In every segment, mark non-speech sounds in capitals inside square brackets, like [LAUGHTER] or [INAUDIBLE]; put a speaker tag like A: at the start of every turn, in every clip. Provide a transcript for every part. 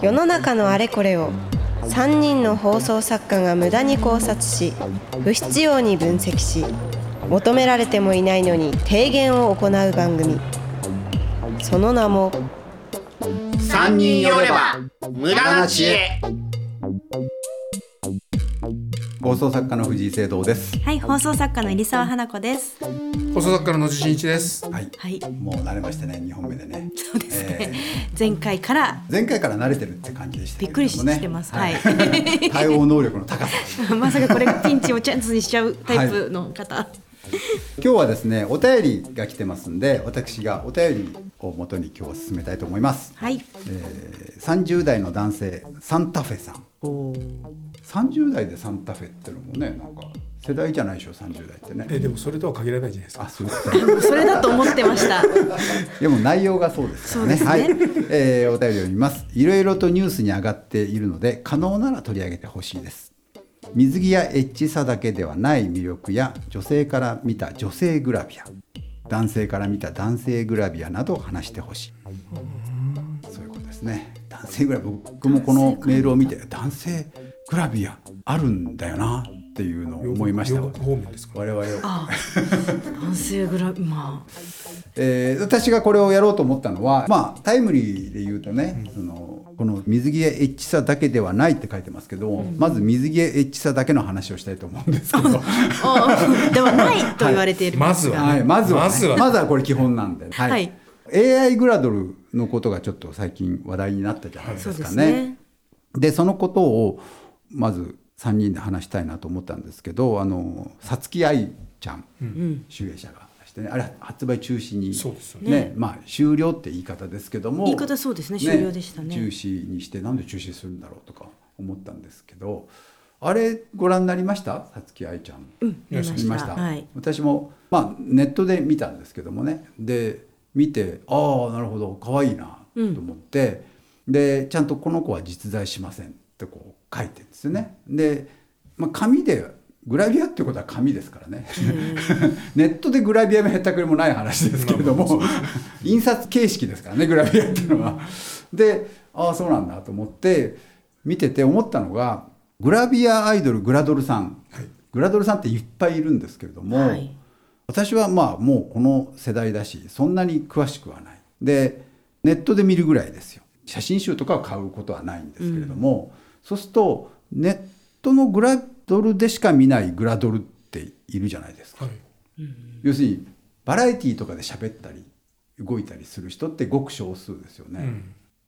A: 世の中のあれこれを3人の放送作家が無駄に考察し不必要に分析し求められてもいないのに提言を行う番組その名も
B: 三人寄れば無駄な知恵
C: 放送作家の藤井聖堂です。
D: はい、放送作家の入澤花子です。
E: 放送作家の野地真一です。
C: はい。
D: はい、
C: もう慣れましたね、2本目でね。
D: そうですね
C: え。
D: 前回から [LAUGHS]
C: ー前回から慣れてるって感じでしたけ
D: び
C: れ
D: っ
C: どもね。
D: くりしてます。はい。
C: [LAUGHS] 対応能力の高さ。
D: まさかこれがピンチをチャンスにしちゃうタイプの方。
C: 今日はですね、お便りが来てますんで、私がお便りを元に今日は進めたいと思います。
D: はい。
C: えー30代の男性、サンタフェさん。30代でサンタフェってのもね、なんか世代じゃないでしょ、30代って
E: え
C: ね。
E: でもそれとは限らないじゃないですか。
C: あ、そうです
D: それだと思って
C: [LAUGHS]
D: ました。
C: でも内容がそうですからね。
D: そう
C: はい
D: ですね、
C: えーお便りを読みます。いろいろとニュースに上がっているので、可能なら取り上げてほしいです。水着やエッチさだけではない魅力や、女性から見た女性グラビア、男性から見た男性グラビアなどを話してほしい。そういうことですね。男性グラビア、僕もこのメールを見て、男性グラビアあるんだよなっていうのを思いました。
E: 洋楽方面ですか。
C: 我々を
D: あ、男性グラまあ
C: えー私がこれをやろうと思ったのは、まあ、タイムリーで言うとね、そのこの水着やエッチさだけではないって書いてますけど、まず水着やエッチさだけの話をしたいと思うんですけど、は
D: あ、 [LAUGHS] ではないと言われている。
E: まずは、ね
C: い、まずは、ね、
E: まずは
C: まずはこれ基本なんで、はい
D: はい
C: AI グラドルのことがちょっと最近話題になったじゃないで
D: そう
C: す
D: で
C: か
D: す
C: ね。
D: ね。
C: でそのことをまず3人で話したいなと思ったんですけどあのさつき愛ちゃん、集英社が出してねあれ発売中止に
E: そうですよ
C: ねまあ、終了って言い方ですけども
D: 言い方そうですね終了でしたね
C: 中止にしてなんで中止するんだろうとか思ったんですけどあれご覧になりましたさつき愛ちゃん。
D: うん、見ま
C: 見ま
D: し
C: した、
D: た。はい。
C: 私も、まあ、ネットで見たんですけどもねで見てああなるほど可愛いなと思って、でちゃんと「この子は実在しません」ってこう書いてるんですよね。で、まあ、紙でグラビアってことは紙ですからね [LAUGHS] ネットでグラビアもへったくれもない話ですけれども [LAUGHS] 印刷形式ですからねグラビアっていうのは。でああそうなんだと思って見てて思ったのがグラビアアイドルグラドルさん、グラドルさんっていっぱいいるんですけれども、
D: はい
C: 私はまあもうこの世代だしそんなに詳しくはないでネットで見るぐらいですよ写真集とかは買うことはないんですけれども、そうするとネットのグラドルでしか見ないグラドルっているじゃないですか、
E: はい。
C: 要するにバラエティーとかで喋ったり動いたりする人ってごく少数ですよね、
E: うん。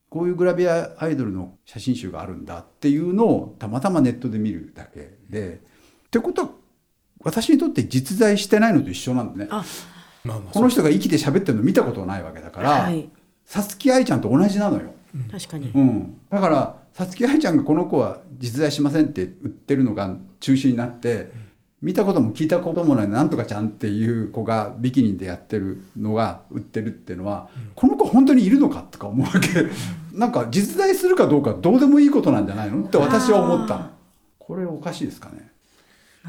C: こういうグラビアアイドルの写真集があるんだっていうのをたまたまネットで見るだけで。ってことは私にとって実在してないのと一緒なんでね
D: あ
E: まあまあ。
C: この人が生きて喋ってるの見たことないわけだから
D: はい。
C: さつき愛ちゃんと同じなのよ。
D: 確かに。
C: うん、だからさつき愛ちゃんがこの子は実在しませんって売ってるのが中止になって見たことも聞いたこともないなんとかちゃんっていう子がビキニでやってるのが売ってるっていうのはこの子本当にいるのかとか思うわけ [LAUGHS] なんか実在するかどうかどうでもいいことなんじゃないのって私は思ったのこれおかしいですかね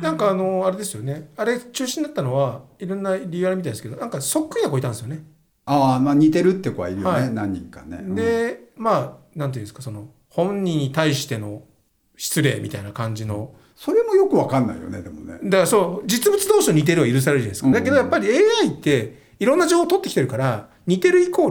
E: なんかあのあれですよね。あれ中止になったのはいろんな理由あるみたいですけど、なんかそっくりな子いたんですよね。
C: ああまあ似てるって子はいるよね、
E: はい
C: 何人かね、うん
E: で、まあなんていうんですかその本人に対しての失礼みたいな感じの。
C: それもよくわかんないよねでもね
E: だからそう実物同士の似てるは許されるじゃないですか。だけどやっぱり AI っていろんな情報を取ってきてるから似てるイコー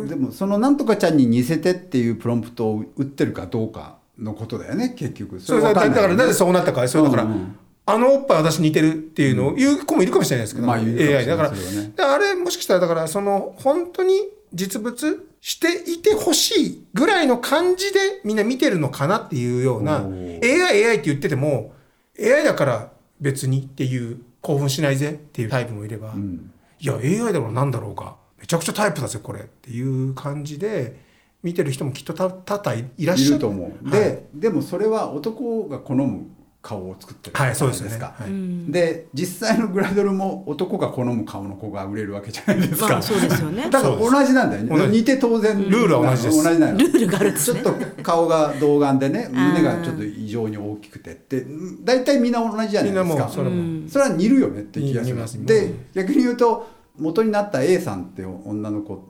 E: ル
C: でもそのなんとかちゃんに似せてっていうプロンプトを打ってるかどうかのことだよね結局
E: それだ
C: わ
E: だだ
C: んない
E: からなぜそうなったか、それだから、
C: うんうん
E: あのおっぱい私似てるっていうのを言う子もいるかもしれないですけど、
C: まあいるかもしれない
E: AI だから、
C: それはね
E: だからあれもしかしたらだからその本当に実物していてほしいぐらいの感じでみんな見てるのかなっていうような AI
C: おー
E: AI って言ってても AI だから別にっていう興奮しないぜっていうタイプもいれば、
C: ん
E: いや AI だろうなんだろうかめちゃくちゃタイプだぜこれっていう感じで見てる人もきっとた多々いらっしゃ
C: い
E: る
C: ると思う、
E: はい
C: ででもそれは男が好む顔を作ってる
E: はい
C: じゃな
E: そうですよねはい
C: で実際のグラドルも男が好む顔の子が売れるわけじゃないですか、
D: まあそうですよね。
C: だから同じなんだよ
E: 同
C: ね
E: じ
C: 似て当然
E: ルールは同じです
C: 同じなの
D: ルールがあるんですね
C: ちょっと顔が童顔でね胸がちょっと異常に大きくてってうん大体みんな同じじゃないですか
E: みんなもうそれも
C: んそれは似るよねって気がす
E: 似
C: る
E: ます
C: で逆に言うと元になった A さんって女の子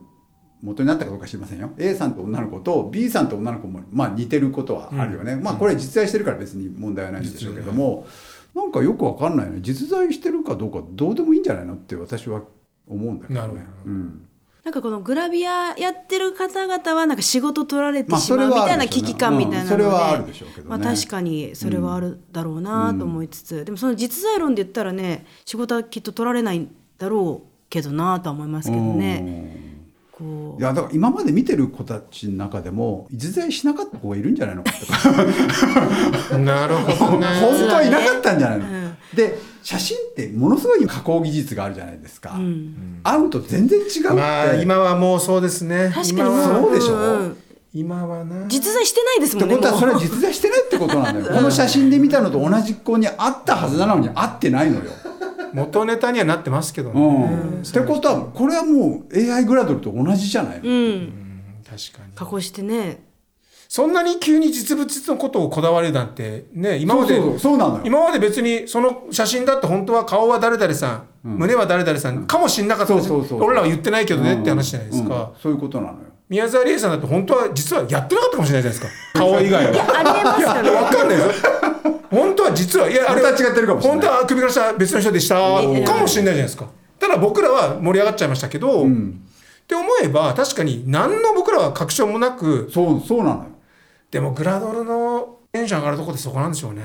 C: 元になったかどうか知りませんよ A さんと女の子と B さんと女の子も、まあ、似てることはあるよね、まあこれ実在してるから別に問題はないんでしょうけども、なんかよくわかんないね実在してるかどうかどうでもいいんじゃないのって私は思うんだけど
E: な
C: ね。
E: るほど
C: うん
D: なんかこのグラビアやってる方々はなんか仕事取られて
C: まあ
D: しまう
C: そ
D: み
C: れはあ
D: た
C: るで
D: いな
C: しょうね
D: 危機感みた
C: う
D: いなので、
C: んそれはあるでしょうけどね
D: まあ確かにそれはあるだろうなと思いつつ、でもその実在論で言ったらね仕事はきっと取られないだろうけどなとは思いますけどね。こ
C: いうやだから今まで見てる子たちの中でも実在しなかった子がいるんじゃないのかとか
E: なるほどね
C: 本当はいなかったんじゃないの、
D: うん
C: で写真ってものすごい加工技術があるじゃないですか、
D: うん、
C: 会うと全然違うって、
E: まあ今はもうそうですね
D: 確かに
E: 今は
C: そうでしょ
D: ん
E: 今はな
D: 実在してないです
C: っ
D: も
C: て
D: んね。
C: ことは
D: もう
C: それは実在してないってことなんだよこの写真で見たのと同じ子に会ったはずなのに会ってないのよ、
E: 元ネタにはなってますけど
C: う
E: ね、
C: んってことはこれはもう AI グラドルと同じじゃないの、
D: うん、
E: 確かに
D: 加工してね。
E: そんなに急に実物のことをこだわるなんてね今まで
C: そうそうそうそうなのよ
E: 今まで別にその写真だって本当は顔は誰々さん、胸は誰々さんかもしんなかったです
C: そうそうそう
E: 俺らは言ってないけどねって話じゃないですか、
C: うんそういうことなのよ
E: 宮沢りえさんだって本当は実はやってなかったかもしれないじゃないですか顔以外は。
C: [LAUGHS]
D: ありえますかね。
E: わかんないですよ。本当は実は、いや、あれ
C: 本当は違ってるかもしれない
E: 本当は首から下は別の人でした、
D: え
E: かもしれないじゃないですか。ただ僕らは盛り上がっちゃいましたけど、って思えば、確かに何の僕らは確証もなく、
C: そうそうなのよ
E: でもグラドルのテンション上がるとこってそこなんでしょうね。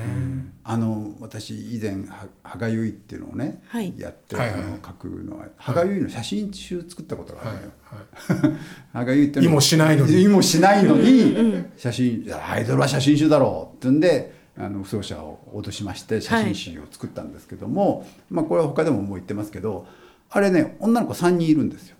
C: あの私以前は歯がゆいっていうのをね、
D: はい
C: やって、
E: はいはい
C: あの書くのは歯がゆいの写真集作ったことがあるのよ、
E: はいはい
C: [LAUGHS] 歯がゆいって
E: 意もしないのに
C: 意もしないのに写真いやアイドルは写真集だろうってんであの不走者を脅しまして写真集を作ったんですけども、まあこれは他でももう言ってますけどあれね女の子3人いるんですよ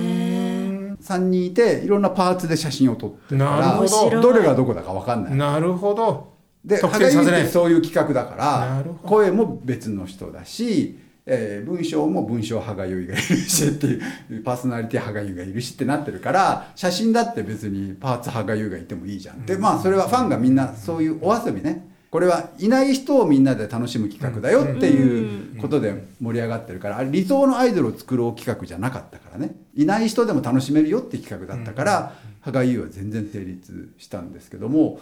C: 3人いていろんなパーツで写真を撮ってる
E: なる
C: か
E: ほど
C: らどれがどこだか分かんない
E: なるほど。
C: で
E: 特
C: 歯
E: 定
C: がゆ
E: させない
C: いってそういう企画だか
E: な
C: ら
E: るほど
C: 声も別の人だし、えー文章も文章歯がゆいがいるしっていうパーソナリティ歯がゆいがいるしってなってるから写真だって別にパーツ歯がゆいがいてもいいじゃん。でまあそれはファンがみんなそういうお遊びねこれはいない人をみんなで楽しむ企画だよっていうことで盛り上がってるからあれ理想のアイドルを作ろう企画じゃなかったからねいない人でも楽しめるよって企画だったから歯がゆいは全然成立したんですけども。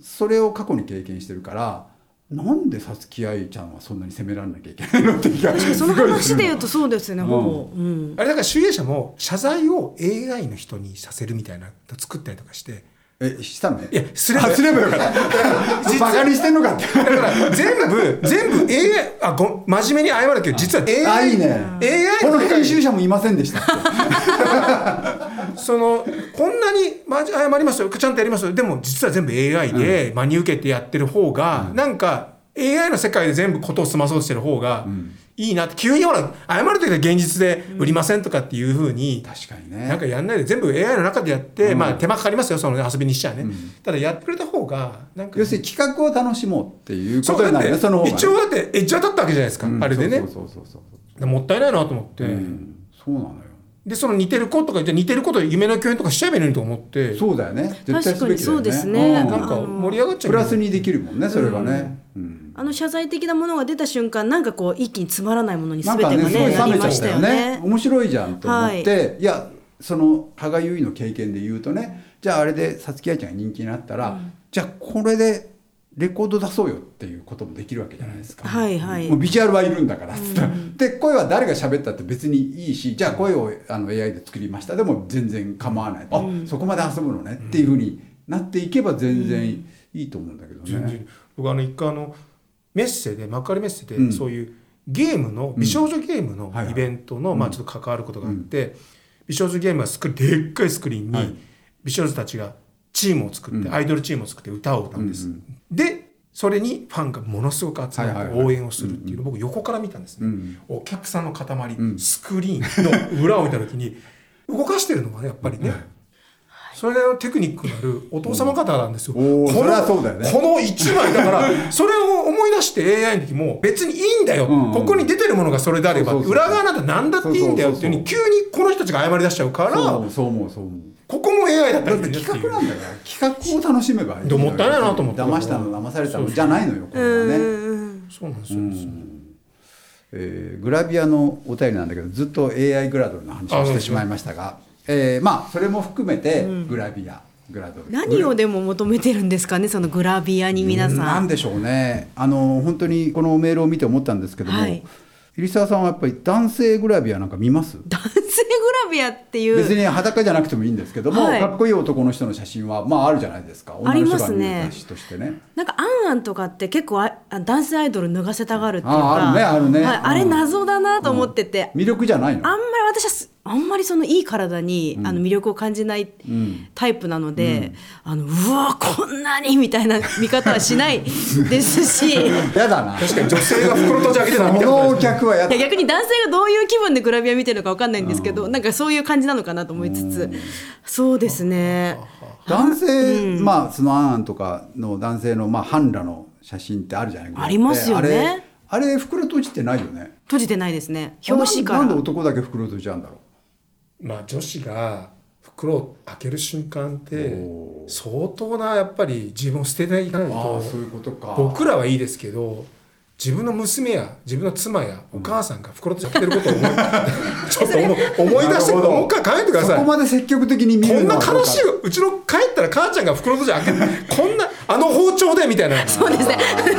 C: それを過去に経験してるからなんでさつきあいちゃんはそんなに責められなきゃいけないのって気が
D: その
C: すごいす
D: 話
C: る
D: で言うとそうですよね。ほぼ。うん。
E: あれだから集英社も謝罪を AI の人にさせるみたいな作ったりとかして、
C: えしたの
E: いやすれば
C: あすればよかっ
E: [LAUGHS]
C: たバカにしてんのかって
E: だから全部全部 AI あご真面目に謝るけど実は AI
C: あいいね
E: AI
C: この編集者もいませんでしたって
E: そのこんなにまじ謝りますよちゃんとやりますよでも実は全部 AI で真に受けてやってる方が、なんか AI の世界で全部ことを済まそうとしてる方がいいなって、急にほら謝る時は現実で売りませんとかっていうふうに、
C: 確かに
E: なん
C: ね
E: かやんないで全部 AI の中でやって、まあ手間かかりますよその遊びにしちゃね、ただやってくれた方がなんか
C: 要するに企画を楽しもうっていうこ
E: そう
C: とに
E: だ
C: な
E: っ
C: る
E: て
C: ねその方がね
E: 一応だってエッジは立ったわけじゃないですか、
C: うん
E: あれでね
C: そうそうそうそう
E: もったいないなと思って、
C: そううんそうなのよ
E: でその似てる子とかじゃあ似てる子と夢の共演とかしちゃえばいいのにと思って
C: そうだよね絶対すべきだよね
D: 確かにそうですね
E: なんか
D: あの
E: 盛り上がっちゃう
C: プラスにできるもんねそれはねうん
D: あの謝罪的なものが出た瞬間なんかこう一気につまらないものに
C: な
D: 全
C: ん
D: て
C: か
D: が
C: ね、すご
D: ね
C: い冷めちゃ
D: なりま
C: っ
D: したた
C: よ
D: よ
C: ね。
D: ね。
C: 面白いじゃんと思って、い、や、その歯がゆいの経験で言うとね、じゃああれでさつきあいちゃんが人気になったら、じゃあこれでレコード出そうよっていうこともできるわけじゃないですか。
D: はいはい
C: もうビジュアルはいるんだからっつって、で、声は誰が喋ったって別にいいし、じゃあ声をあの AI で作りました。でも全然構わない。あ、そこまで遊ぶのねっていうふうになっていけば全然いいと思うんだけどね。
E: 全然僕あの一回あのメッセで幕張メッセで、
C: うん
E: そういうゲームの美少女ゲームの
C: はいはい
E: イベントの、まあ、ちょっと関わることがあって、美少女ゲームはスクリーンでっかいスクリーンに、
C: はい
E: 美少女たちがチームを作って、
C: うん
E: アイドルチームを作って歌を歌うんです、
C: うんう
E: でそれにファンがものすごく集ま
C: はい
E: っ
C: は
E: て
C: いはい
E: 応援をするっていうのを僕横から見たんですね、
C: うん
E: お客さんの塊、
C: ん
E: スクリーンの裏を見た時に動かしてるのがねやっぱりね、それのテクニックのあるお父様方なんですよ。
C: おー
E: この
C: そりゃそうだよね
E: この1枚だ
C: [LAUGHS]
E: から、それを思い出して AI の時も、別にいいんだよ、
C: うんうん
E: ここに出てるものがそれであれば、
C: そうそうそう
E: 裏側なんて何だっていいんだよっていうふうに、急
C: そ
E: にこの人たちが謝り出しちゃうから、
C: そう思
E: こ
C: うそう思うそう思う。
E: こも AI だったら
C: だっ
E: いい
C: て
E: んだって
C: 企
E: いう
C: 画なんだから企画を楽しめばいいんだよ
E: でもったいないなと思って
C: 騙したの騙されたのじゃないのよこれはね、
E: そうなんですよ。
C: えーグラビアのお便りなんだけどずっと AI グラドルの話をしてしまいましたがえーまあそれも含めてグラビア、グラドル
D: 何をでも求めてるんですかねそのグラビアに皆
C: な
D: さ
C: ん
D: ん。
C: でしょうねあの本当にこのメールを見て思ったんですけども、
D: はい
C: 入澤さんはやっぱり男性グラビアなんか見ます
D: 男性グラビアっていう
C: 別に裸じゃなくてもいいんですけども、
D: はい
C: かっこいい男の人の写真はまああるじゃないですか
D: あ
C: 女
D: り
C: の人
D: ま
C: が
D: す
C: 見
D: ね
C: る雑誌としてね
D: なんかアンアンとかって結構ああ男性アイドル脱がせたがるっていう
C: ああ
D: か
C: るねあるね
D: はい
C: うん
D: あれ謎だなと思ってて、
C: 魅力じゃないの
D: あんまり私はすあんまりそのいい体に、あの魅力を感じない
C: ん
D: タイプなので、あのうわこんなにみたいな見方はし [LAUGHS] ないですしい
C: やだな [LAUGHS]
E: 確かに女性が袋閉じ上げてたの見
C: こ
E: たこと
C: の
E: ない
C: お
E: ですね
C: 客はやだ
D: や逆に男性がどういう気分でグラビア見てるのかわかんないんですけど、なんかそういう感じなのかなと思いつつ、そうですね。
C: 男性、まあそのアンアンとかの男性のまあ半裸の写真ってあるじゃないか
D: ありますよね
C: あれあれ袋閉じてないよね
D: 閉じてないですね表紙か
C: な
D: ら
C: んで男だけ袋閉じちゃうんだろう
E: まあ女子が袋を開ける瞬間って相当なやっぱり自分を捨てていかないと
C: そういうことか
E: 僕らはいいですけど自分の娘や自分の妻やお母さんが袋閉じてることを思い
C: [LAUGHS]
E: ちょっと思う思い出して
C: なるほど
E: もう一回考えてくだ
C: そ
E: さ
C: こ
E: い。
C: まで積極的に見
E: こ
C: る
E: ん
C: の
E: な
C: はどうか
E: 悲しいうちの帰ったら母ちゃんが袋閉じ開けこんなあの包丁でみたいな
D: そうですね
E: [LAUGHS]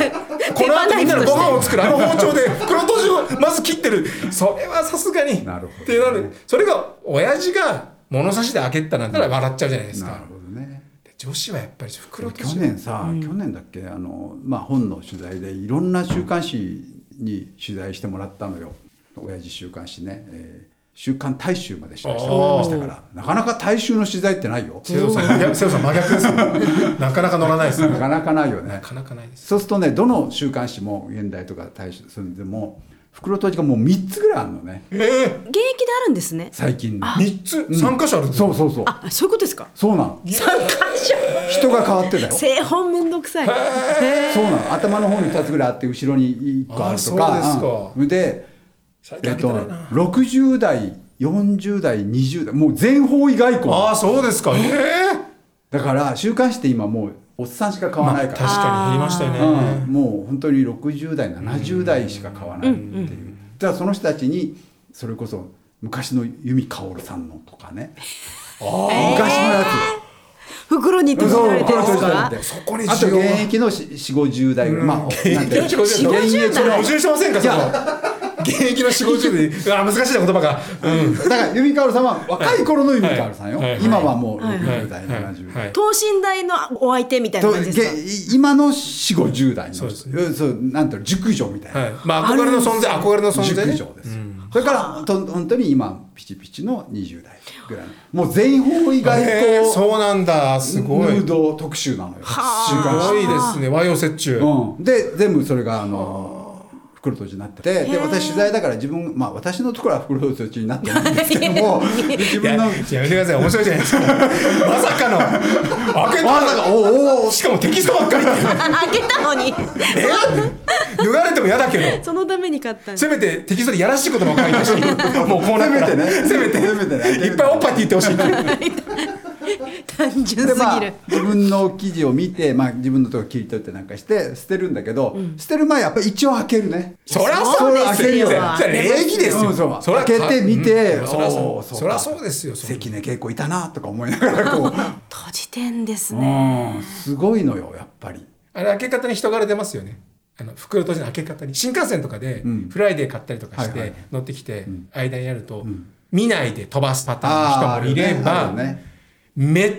E: この後みんなの
D: 手
E: ご
D: 放し
E: 飯を作
D: として
E: るあの包丁で袋閉じをまず切ってるそれはさすがに
C: なるほどね
E: ってなるそれが親父が物差しで開けたなんて言ったら笑っちゃうじゃないです
C: な
E: か
C: るほどね
E: 女子はやっぱり袋閉
C: 去
E: じ
C: 年さ、去年だっけあの、まあ、本の取材でいろんな週刊誌に取材してもらったのよ親父週刊誌ね、えー週刊大衆まで取材してもらいましたからなかなか大衆の取材ってないよ
E: 瀬戸さんいや瀬戸さん真逆ですよなかなか乗らないです
C: な
E: ね
C: かなかないよね
E: なかなかないです
C: そうするとねどの週刊誌も現代とか大衆それでも袋閉じがもう3つぐらいあるのね
E: ええ
D: 現役であるんですね
C: 最近の
E: 3つ三箇所あるんです
C: そうそうそう
D: あそういうことですか
C: そうなの
D: 三箇所
C: 人が変わってたよ
D: 製本めんどくさい
C: そうなの頭の方に2つぐらいあって後ろに1個あるとか
E: あそう
C: うんで
E: 最近
C: え
E: 開け
C: っ
E: て
C: と
E: ないな
C: 60代40代20代もう全方位外交
E: ああそうですかええ
C: だから週刊誌って今もうおっさんしか買わない
E: 確
C: から、
E: かに減りましたよ
C: う
E: ね
C: んもう本当に60代70代しか買わないっていう、だからその人たちにそれこそ昔の由美かおるさんのとかね昔のや
D: 袋に
C: つ、
D: 閉じられてるんで
C: そう
D: すか
E: そこに
C: あと
E: 需要
C: 現
E: が
C: 役のし4050代ぐらい、まあなんていうの
E: 現役の40
D: 50
E: それ
D: 代
E: 募集してませんかその現役の4 5 0でう [LAUGHS] わ難しいな言葉がうん
C: だから由美かおるさんは若い頃の由美かおるさんよ、
E: はいはい
C: 今はもう
E: は
C: 60
E: い
C: 代、
E: はい
C: 70代、
E: はい
D: 等身大のお相手みたいな
C: と
D: 感じですか
C: げ今の4 5 0代の
E: そう
C: 人
E: です
C: そうなんていうの熟女みたいな、
E: はいまあ憧れの存在憧れの存在ね
C: 熟女ですよ、それからと本当に今ピチピチの20代ぐらいのもう全方位外
E: へえ
C: 交
E: そうなんだす
C: ヌ
E: ごい
C: ー
E: す
C: ド特集なのよ週刊誌
E: ごいですね和洋折衷
C: うん、で全部それがあの袋閉じになっててで私取材だから自分まあ私のところは袋閉じになってるんですけ
D: [LAUGHS]
C: どもで自
E: いや
C: 分の
E: やめてください面白いじゃないですか
C: [LAUGHS]
E: まさかの開け
C: わざ
E: た
C: がおうおう
E: しかもテキストばっかりって
D: [LAUGHS] 開けたのに
E: え脱がれても嫌だけど
D: そのために買ったんです
E: せめてテキストでやらしいことばっかりだし
C: [LAUGHS]
E: もうこうなったら
C: せめてね
E: せめて
C: せめてね
E: いっぱいおっぱいって言ってほしいっていう
D: 単純すぎ
C: でまあ
D: る、
C: 自分の記事を見て、まあ、自分のとこ切り取ってなんかして捨てるんだけど、捨てる前やっぱり一応開けるね
E: そりゃそ
C: そうう
E: で
C: ですす
E: よ
C: よ
E: それ礼儀ですよ、
C: うんそう
E: そりゃ
C: 開けてみて、
E: うんそりゃ
C: お
E: そう
C: ー
E: そりゃそうですよそんな
C: 関根稽古いたなとか思いながらこう
E: [LAUGHS]
D: 閉じてんですね
C: うんすごいのよやっぱり
E: あれ開け方に人柄出ますよね。あの袋閉じの開け方に新幹線とかで
C: ん
E: フライデー買ったりとかし
C: はいはい
E: て
C: はい
E: 乗ってきて間にやると見ないで飛ばすパター
C: ああ
E: ンの人もいれ
C: あ
E: ば
C: るね
E: めっ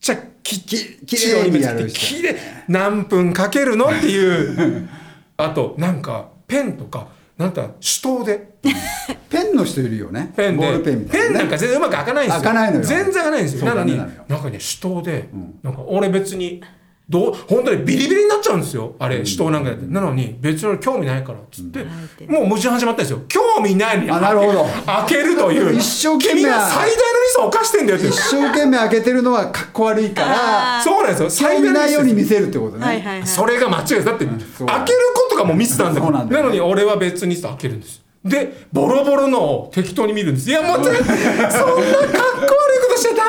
E: ちゃきき
C: きれいにやる人
E: きれい何分かけるのっていうあとなんかペンとかなんか手刀で
C: ペンの人いるよね
E: ペン
C: ボー
E: で
C: ルペンみたいな、ね、
E: なんか全然うまく開かないんですよ
C: 開かないのよ
E: 全然開かないんですよ
C: そう
E: なのに
C: ダ
E: な
C: メ
E: ん
C: なのよ
E: かね手刀で、なんか俺別にどう本当にビリビリになっちゃうんですよあれ手刀なんかやって、なのに別に興味ないからっつって、もう矛盾始まったんですよ興味ないのに
C: あなるほど
E: 開けるという
C: 一生懸命
E: 君が最大のミスを犯してんだよっていう
C: 一生懸命開けてるのはかっこ悪いから
E: そうなんですよ
C: 興味ないように
E: ミ
C: 見せるってことね、
D: はいはいはい
E: それが間違いですだって、
C: そう
E: 開けることがもうミスなんだか
C: そう
E: らな
C: な
E: ん
C: だよ
E: のに俺は別に開けるんですでボロボロのを適当に見るんですいやもう全然そんなかっこ悪いことしちゃダメ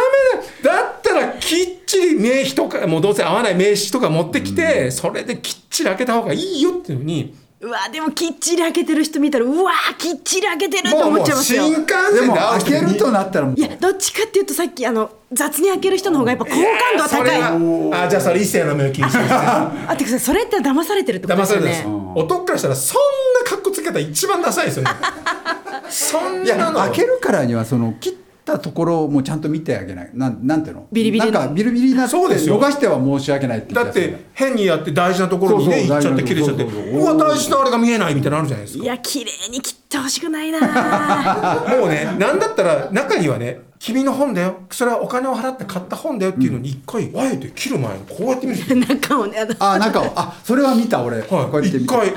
E: だよだったらきっちり名刺とかもうどうせ合わない名刺とか持ってきて、それできっちり開けた方がいいよっていうのに
D: うわでもきっちり開けてる人見たらうわきっちり開けてると思っちゃいますよ
E: もうもう新幹
C: で
E: 線
C: も
E: で会う
C: 開
E: 人
C: けるとなったらもう
D: いやどっちかっていうとさっきあの雑に開ける人の方がやっぱ好感度は
E: そ
D: 高
E: れ
D: いあ
E: はあじゃあそれ一世の目を気にして
D: [LAUGHS]
E: る
D: ってくださいそれって騙されてるってこと
E: 騙
D: です
E: され
D: よ
E: てるんです
D: ね
E: 男からしたらそんな格好つけ方一番ダサい
D: [LAUGHS]
E: ですよねそん
C: いや
E: なの
C: 開けるからにはその切ったところをもうちゃんと見てあげないなんなんていうの
D: ビリビリの
C: なんかビリビリになって
E: そうですよ
C: 逃しては申し訳ないって言
E: だ
C: っ
E: って
C: たやつ
E: て変にやって大事なところにね
C: そうそう
E: 行っちゃって
C: 大事
E: 切
C: な
E: れちゃって
C: そうそうそう
E: うわ大事なあれが見えないみたいなのあるじゃないです
D: い
E: か
D: や綺麗に切ってほしくないな
E: もうねなんだったら中にはね君の本だよそれはお金を払って買った本だよっていうのに一回あえて切る前にこうやって見る
D: [LAUGHS] 中をねあの
C: あなんかあそれは見た俺、こうやって
E: 一
C: 見た
E: 回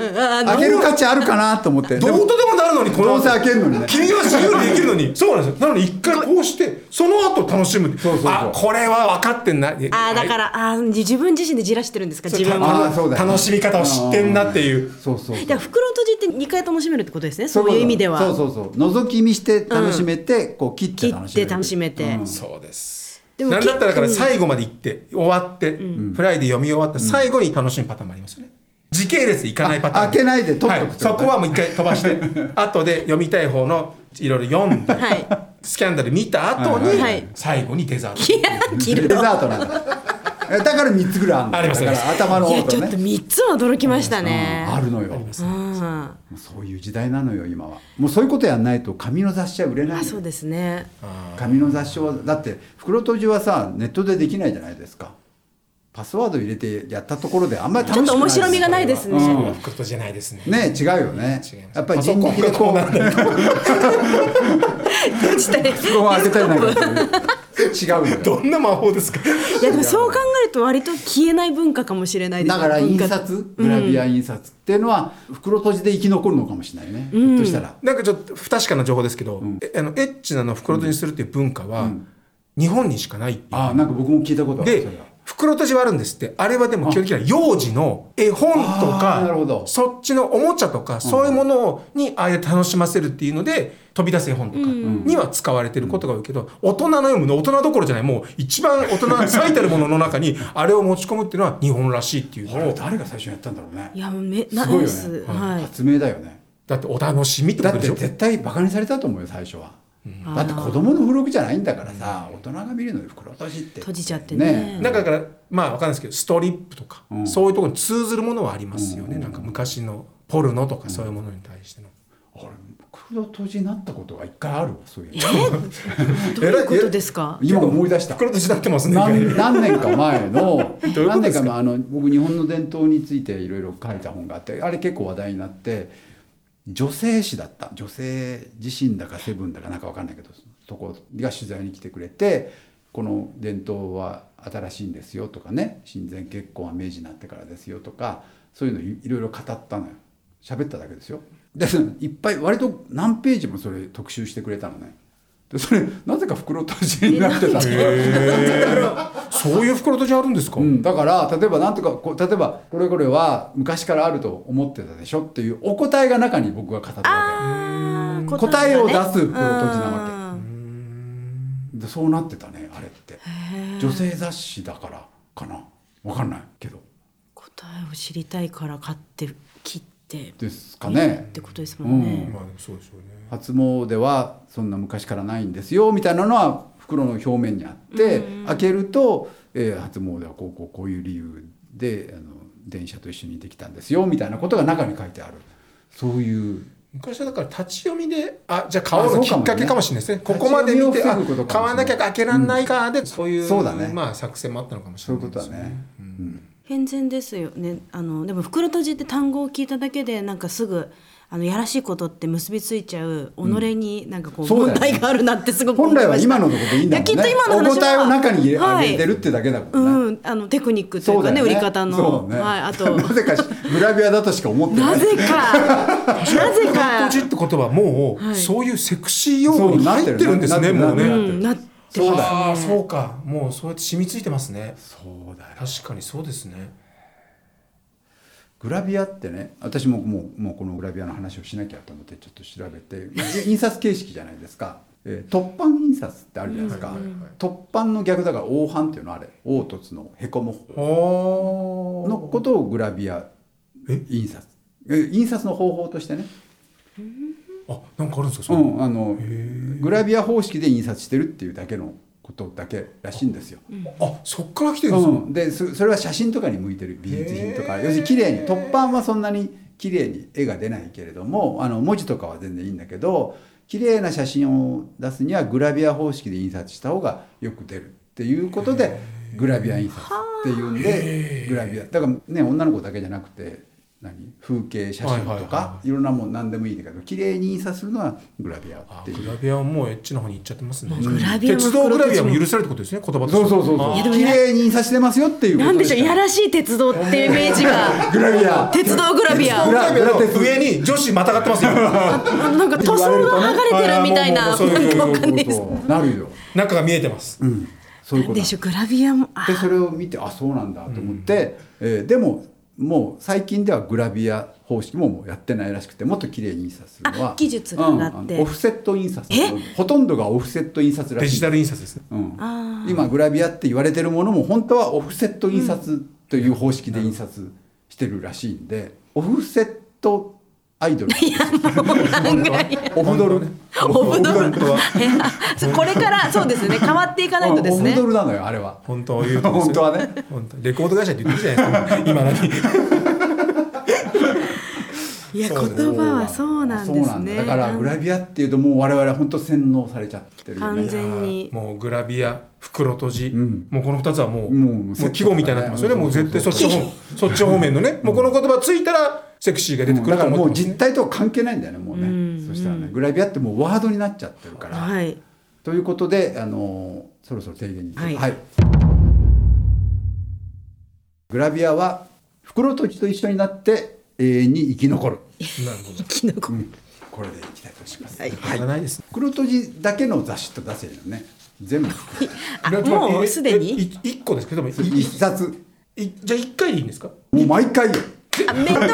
C: 開ける価値あるかなと思って
E: ど
C: でも
E: うとでもなるのにこの
C: どうせ開けんのにね
E: 君は自由にできるのにそうなんですよなのに一回こうしてその後楽しむ
C: そうそうそう
E: あこれは分かってんなあ
D: あーだからあー自分自身でじらしてるんですか自分
C: た
D: も
C: あーそうだよね
E: 楽しみ方を知ってんなっていう
C: そうそうそう
D: だから袋閉じって2回楽しめるってことですねそういう意味では
C: そうそうそう覗き見して楽しめて、こう切って
D: 切
C: 楽
D: っ
C: しめ
D: て
C: る
D: 楽しめて、
E: そうです
D: でも
E: なんだったらだから
D: 結
E: 最後まで行って終わって、フライで読み終わって最後に楽しむパターンもありますよね時系列でいかないパターン
C: あ開けないで取っとくってこと
E: はい、そこはもう一回飛ばして後で読みたい方のいろいろ読んだり、
D: はい
E: スキャンダル見た後に、
D: はいはい
E: 最後にデザート
D: いや切
C: デ
D: る
C: ザ
D: といや
C: ートなんだえだから3つぐらいあるの
E: あります
C: だから頭の方
D: ち
C: と
D: ょっ
C: ね
D: と3つは驚きましたね
C: あるのよ
D: うん
C: もうそういう時代なのよ今はもうそういうことやんないと紙の雑誌は売れないの
D: あ
C: よ
D: そうですね
C: 紙の雑誌はだって袋閉じはさネットでできないじゃないですかパスワード入れてやったところであんまり楽しくない
D: ちょっと面白みがないですね
C: うん
E: ふくとじゃないですね
C: ね違うよね
E: 違います
C: やっぱり人力でこう
E: パソコンがこうな
D: 閉じて
C: 袋を開けたりなんかするそれ違うよ
E: どんな魔法ですか
D: いやでもそう考えると割と消えない文化かもしれないです
C: だ
D: ね
C: から
D: 文化
C: 印刷グラビア印刷っていうのは袋閉じで生き残るのかもしれないね、ひょっとしたら
E: なんかちょっと不確かな情報ですけど、えあのエッチなのを袋閉じにするっていう文化は、日本にしかないっていう
C: ああなんか僕も聞いたことある
E: で
C: それは
E: 袋閉じはあるんですってあれはでも基本的には幼児の絵本と
C: あーなるほ
E: か
C: ど
E: そっちのおもちゃとかそういうものをにああやって楽しませるっていうので飛び出す絵本とかには使われてることが多いけど大人の読むの大人どころじゃないもう一番大人最たるものの中にあれを持ち込むっていうのは日本らしいっていう
C: あれ
E: の
C: は
E: を
C: 誰が最初にやったんだろうね
D: いやめ
C: す
D: な
C: ごい
D: で
C: よ
D: す
C: ね、
D: はい
C: 発明だよね
E: だってお楽しみってこ
C: だ
E: と
C: っ
E: でし
C: て
E: ょ
C: 絶対バカにされたと思うよ最初は、だって子供の付録じゃないんだからさ、大人が見るのに袋閉じって
D: 閉じちゃってね
E: なんかだからまあわかんないですけどストリップとか、そういうところに通ずるものはありますよね、なんか昔のポルノとかそういうものに対しての。
C: あれ袋閉じになったことが一回あるわそういう
D: どういうことですか
C: [LAUGHS] 今思い出した
E: 袋閉じになってますね。
C: 何何年か前の
E: [LAUGHS] どういうこと
C: 何
E: で
C: 年
E: すか
C: か前あの僕日本の伝統についていろいろ書いた本があってあれ結構話題になって女性誌だった女性自身だかセブンだかなんかわかんないけどとこが取材に来てくれてこの伝統は新しいんですよとかね親善結婚は明治になってからですよとかそういうのいいろいろ語ったのよ喋っただけですよでいっぱい割と何ページもそれ特集してくれたのねでそれなぜか袋閉じになってたの
E: [LAUGHS] そういう袋閉じあるんですか、
C: うん、だから例えばなんとかこう例えばこれこれは昔からあると思ってたでしょっていうお答えが中に僕が語ったわ
D: あー
C: け答えを出すプロ
D: ね
C: とじなわ
D: うん
C: けでそうなってたねあれって女性雑誌だからかなわかんないけど
D: 答えを知りたいから買って切って
C: ですかね
D: ってことですもんね、
E: まあそうでしょうね。
C: 初詣はそんな昔からないんですよみたいなのは袋の表面にあって、開けると、えー初詣はこうこうこういう理由であの電車と一緒にできたんですよみたいなことが中に書いてあるそういう
E: 昔はだから立ち読みで、あ、じゃあ買おう
C: あそ
E: の
C: う
E: き
C: かも
E: っ
C: ね
E: かけかもしれないですね。ここまで見
C: 立
E: て、
C: ち
E: あ
C: 読みを防ぐことかもし
E: 買わ
C: れない、
E: なきゃ開けらんないかで、そういう、
C: そうだね
E: まあ作戦もあったのかもし
C: そう
E: れ
C: い
E: な
C: う
E: い
C: こ
E: です
C: と
E: ね。
C: だね。
D: 健全ですよねあのでも袋閉じって単語を聞いただけでなんかすぐあのやらしいことって結びついちゃう己になんかこう
C: そうだよ
D: 問
C: ね
D: 題があるなってすごく思
C: 本
D: いま
C: 来
D: した
C: は今のところでいいんだもんね。
D: いやきっと今の話は
C: お答えを中に入れ、
D: はい
C: 入れてるってだけだもんね。
D: うん、あのテクニックというかね
C: よ
D: 売り方の、
C: そうだね。
D: はい、あと
C: なぜかしグラビアだとしか思ってな。
D: ないぜ
C: [LAUGHS]
D: かなぜ
E: 袋閉
D: か
E: じって言葉はもう、
D: はい
E: そういうセクシー用語に入ってるんですね、
C: そうな
E: も
C: っ
E: う
C: てる
E: ね。
C: な
D: う
C: ってる
D: ん、なって
C: そうだよ。
E: ああ、そうか。もうそうやって染みついてますね。
C: そうだよ。
E: 確かにそうですね。
C: グラビアってね、私ももうもうこのグラビアの話をしなきゃと思ってちょっと調べて、印刷形式じゃないですか。えー、突版印刷ってあるじゃないですか。突版の逆だから凹版っていうのあれ、凹凸のへこむ方
E: お
C: のことをグラビア印刷え印刷の方法としてね、
E: あなんかあるんですか
C: う
E: それ
C: ん、あのグラビア方式で印刷してるっていうだけのことだけらしいんですよ。
E: あそっから来てるんですか、
C: うん、でそそれは写真とかに向いてる美術品とか要するに綺麗に突版はそんなに綺麗に絵が出ないけれどもあの文字とかは全然いいんだけど綺麗な写真を出すにはグラビア方式で印刷した方がよく出るっていうことでグラビア印刷っていうんでグラビアだからね女の子だけじゃなくて何風景写真とか、
E: はいいはいは
C: ろんなもん何でもいいんだけど綺麗に印刷するのはグラビア
E: あ
C: っていう
E: グラビアはもうエッチな方に行っちゃってますね、
D: グラビアも
E: 鉄道グラビアも許されるってことですね言葉として
C: そうそうそう
E: あ
C: そ
E: ー
C: う綺麗に印刷してますよっていうこ
D: なん
C: と
D: でしょういやらしい鉄道ってイメージ
C: [LAUGHS]
D: が
C: グラビア
D: 鉄道グラビア
C: グラ
E: グラビアの上に女子またがってますよ
D: あなんか塗装が剥がれてるみたいな
E: 言われるとね
D: な
E: あー
D: んかわかんないです
C: なるよ。
E: 中が見えてます、
C: うん、そういうこと
D: で
C: だ。
D: しょグラビアもあ
C: でそれを見てあそうなんだと思って、えーでももう最近ではグラビア方式ももうやってないらしくてもっと綺麗に印刷するのは
D: あ技術が上がって
C: うんあのオフセット印刷
D: え
C: ほとんどがオフセット印刷らしい
E: デジタル印刷ですね
C: うん
D: あ、
C: 今グラビアって言われてるものも本当はオフセット印刷という方式で印刷してるらしいんで、オフセットアイドルオフドル
D: オフドル
E: 本当は
D: [LAUGHS] これからそうですね変わっていかないとです
C: うんオ
D: ね
C: フドルなのよあれは
E: 本当は言うと
C: 本当はね
E: 本当レコード会社って言ってるじゃないですか今何
D: いや言葉はそうなんですね
C: そうなんだだからグラビアっていうともう我々本当洗脳されちゃってるよ
D: 完
C: ね。
D: 全に
E: もうグラビア袋閉じ、
C: ん
E: もうこの2つはもう
C: もう
E: もう季語みたいになってますよねもう絶対そっちの方そっち方面のねもうこの言葉ついたらセクシーが出てく
C: だ
E: ると
C: から
E: 思
C: も
E: っ
C: う
E: てます、ね
C: 実態とは関係ないんだよねもうね、そしたらねグラビアってもうワードになっちゃってるから。
D: はい
C: ということで、あのーそろそろ提言に、
D: はい
C: グラビアは袋とじと一緒になって永遠に生き残る、
E: なるほど
D: キノコ
C: うんこれでいきたいとします。はい
E: 仕方ないですね
C: 袋とじだけの雑誌と出せるよね全部袋
D: あもうすでに
E: 1個ですけどもい
C: 一冊
E: いいじゃあ1回でいいんですか
C: もう毎回よ
D: あめんどくさ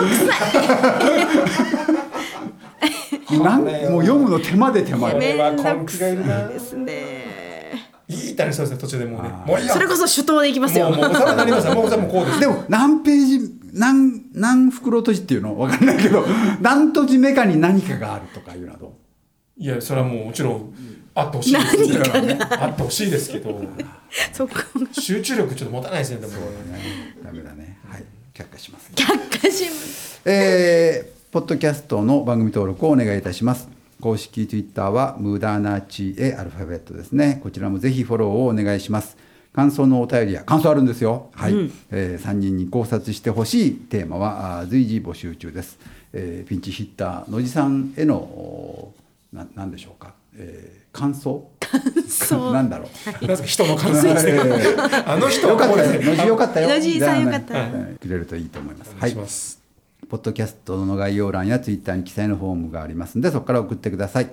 D: い
C: なんもう読むの手間で手間
E: こ
C: で
E: れ
D: め
E: は
D: んど
E: 根
D: く
E: 気
D: さ
E: がい
D: い
E: るな
D: ですね
E: いいたりそうですね途中でもうねもういいよ
D: それこそ手刀でいきます
E: も
D: よ
E: うもうお皿になりますよもうお皿もうこうです
C: でも何ページ何何袋とじっていうのわかんないけど何とじメカに何かがあるとかいうのはどう
E: いやそれはもうもちろんあってほしいですけどあってほしいですけど
D: そっか
E: 集中力ちょっと持たないですねでも
C: ダメだねはい却下します
D: 却下します
C: えーポッドキャストの番組登録をお願いいたします。公式 Twitter は無駄な知恵アルファベットですね。こちらもぜひフォローをお願いします。感想のお便りや感想あるんですよ。はい。え3人に考察してほしいテーマはあー随時募集中です。えーピンチヒッターのじさんへのおーななんでしょうか。えー感想
D: そう
C: なんだろう。
E: なんですか人の感想ですねあの人
C: よ
E: は
C: か
E: こ
C: っ
E: う
C: た
E: です
C: よ。
E: ね
C: のじよかったよ。
D: のじさん
C: じゃあね
D: よかった
C: はいくれるといいと思います。
E: お
C: は
E: 願い
C: い
E: し。ます
C: ポッドキャストの概要欄やツイッターに記載のフォームがありますので、そこから送ってください。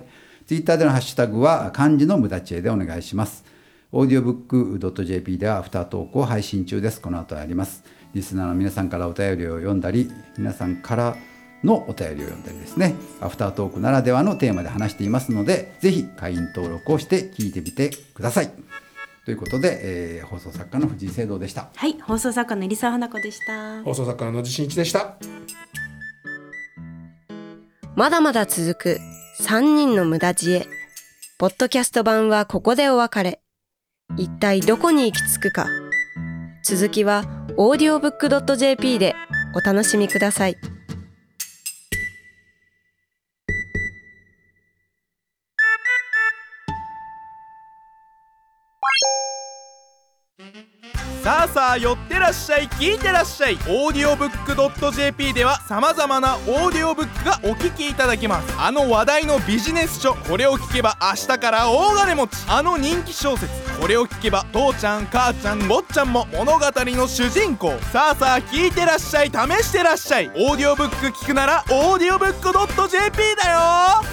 C: ツイッターでのハッシュタグは漢字の無駄知恵でお願いします。オーディオブック .jp ではアフタートークを配信中です。この後あります。リスナーの皆さんからお便りを読んだり、皆さんからのお便りを読んだりですね、アフタートークならではのテーマで話していますので、ぜひ会員登録をして聞いてみてください。ということで、えー放送作家の藤井聖堂でした。
D: はい放送作家の入澤花子でした
E: 放送作家の野地真一でした
A: まだまだ続く3人の無駄知恵。ポッドキャスト版はここでお別れ。一体どこに行き着くか。続きは audiobook.jp でお楽しみください。
F: さあさあ寄ってらっしゃい聞いてらっしゃいオーディオブックドット JP ではさまざまなオーディオブックがお聞きいただけますあの話題のビジネス書これを聞けば明日から大金持ちあの人気小説これを聞けば父ちゃん母ちゃん坊っちゃんも物語の主人公さあさあ聞いてらっしゃい試してらっしゃいオーディオブック聞くならオーディオブックドット JP だよ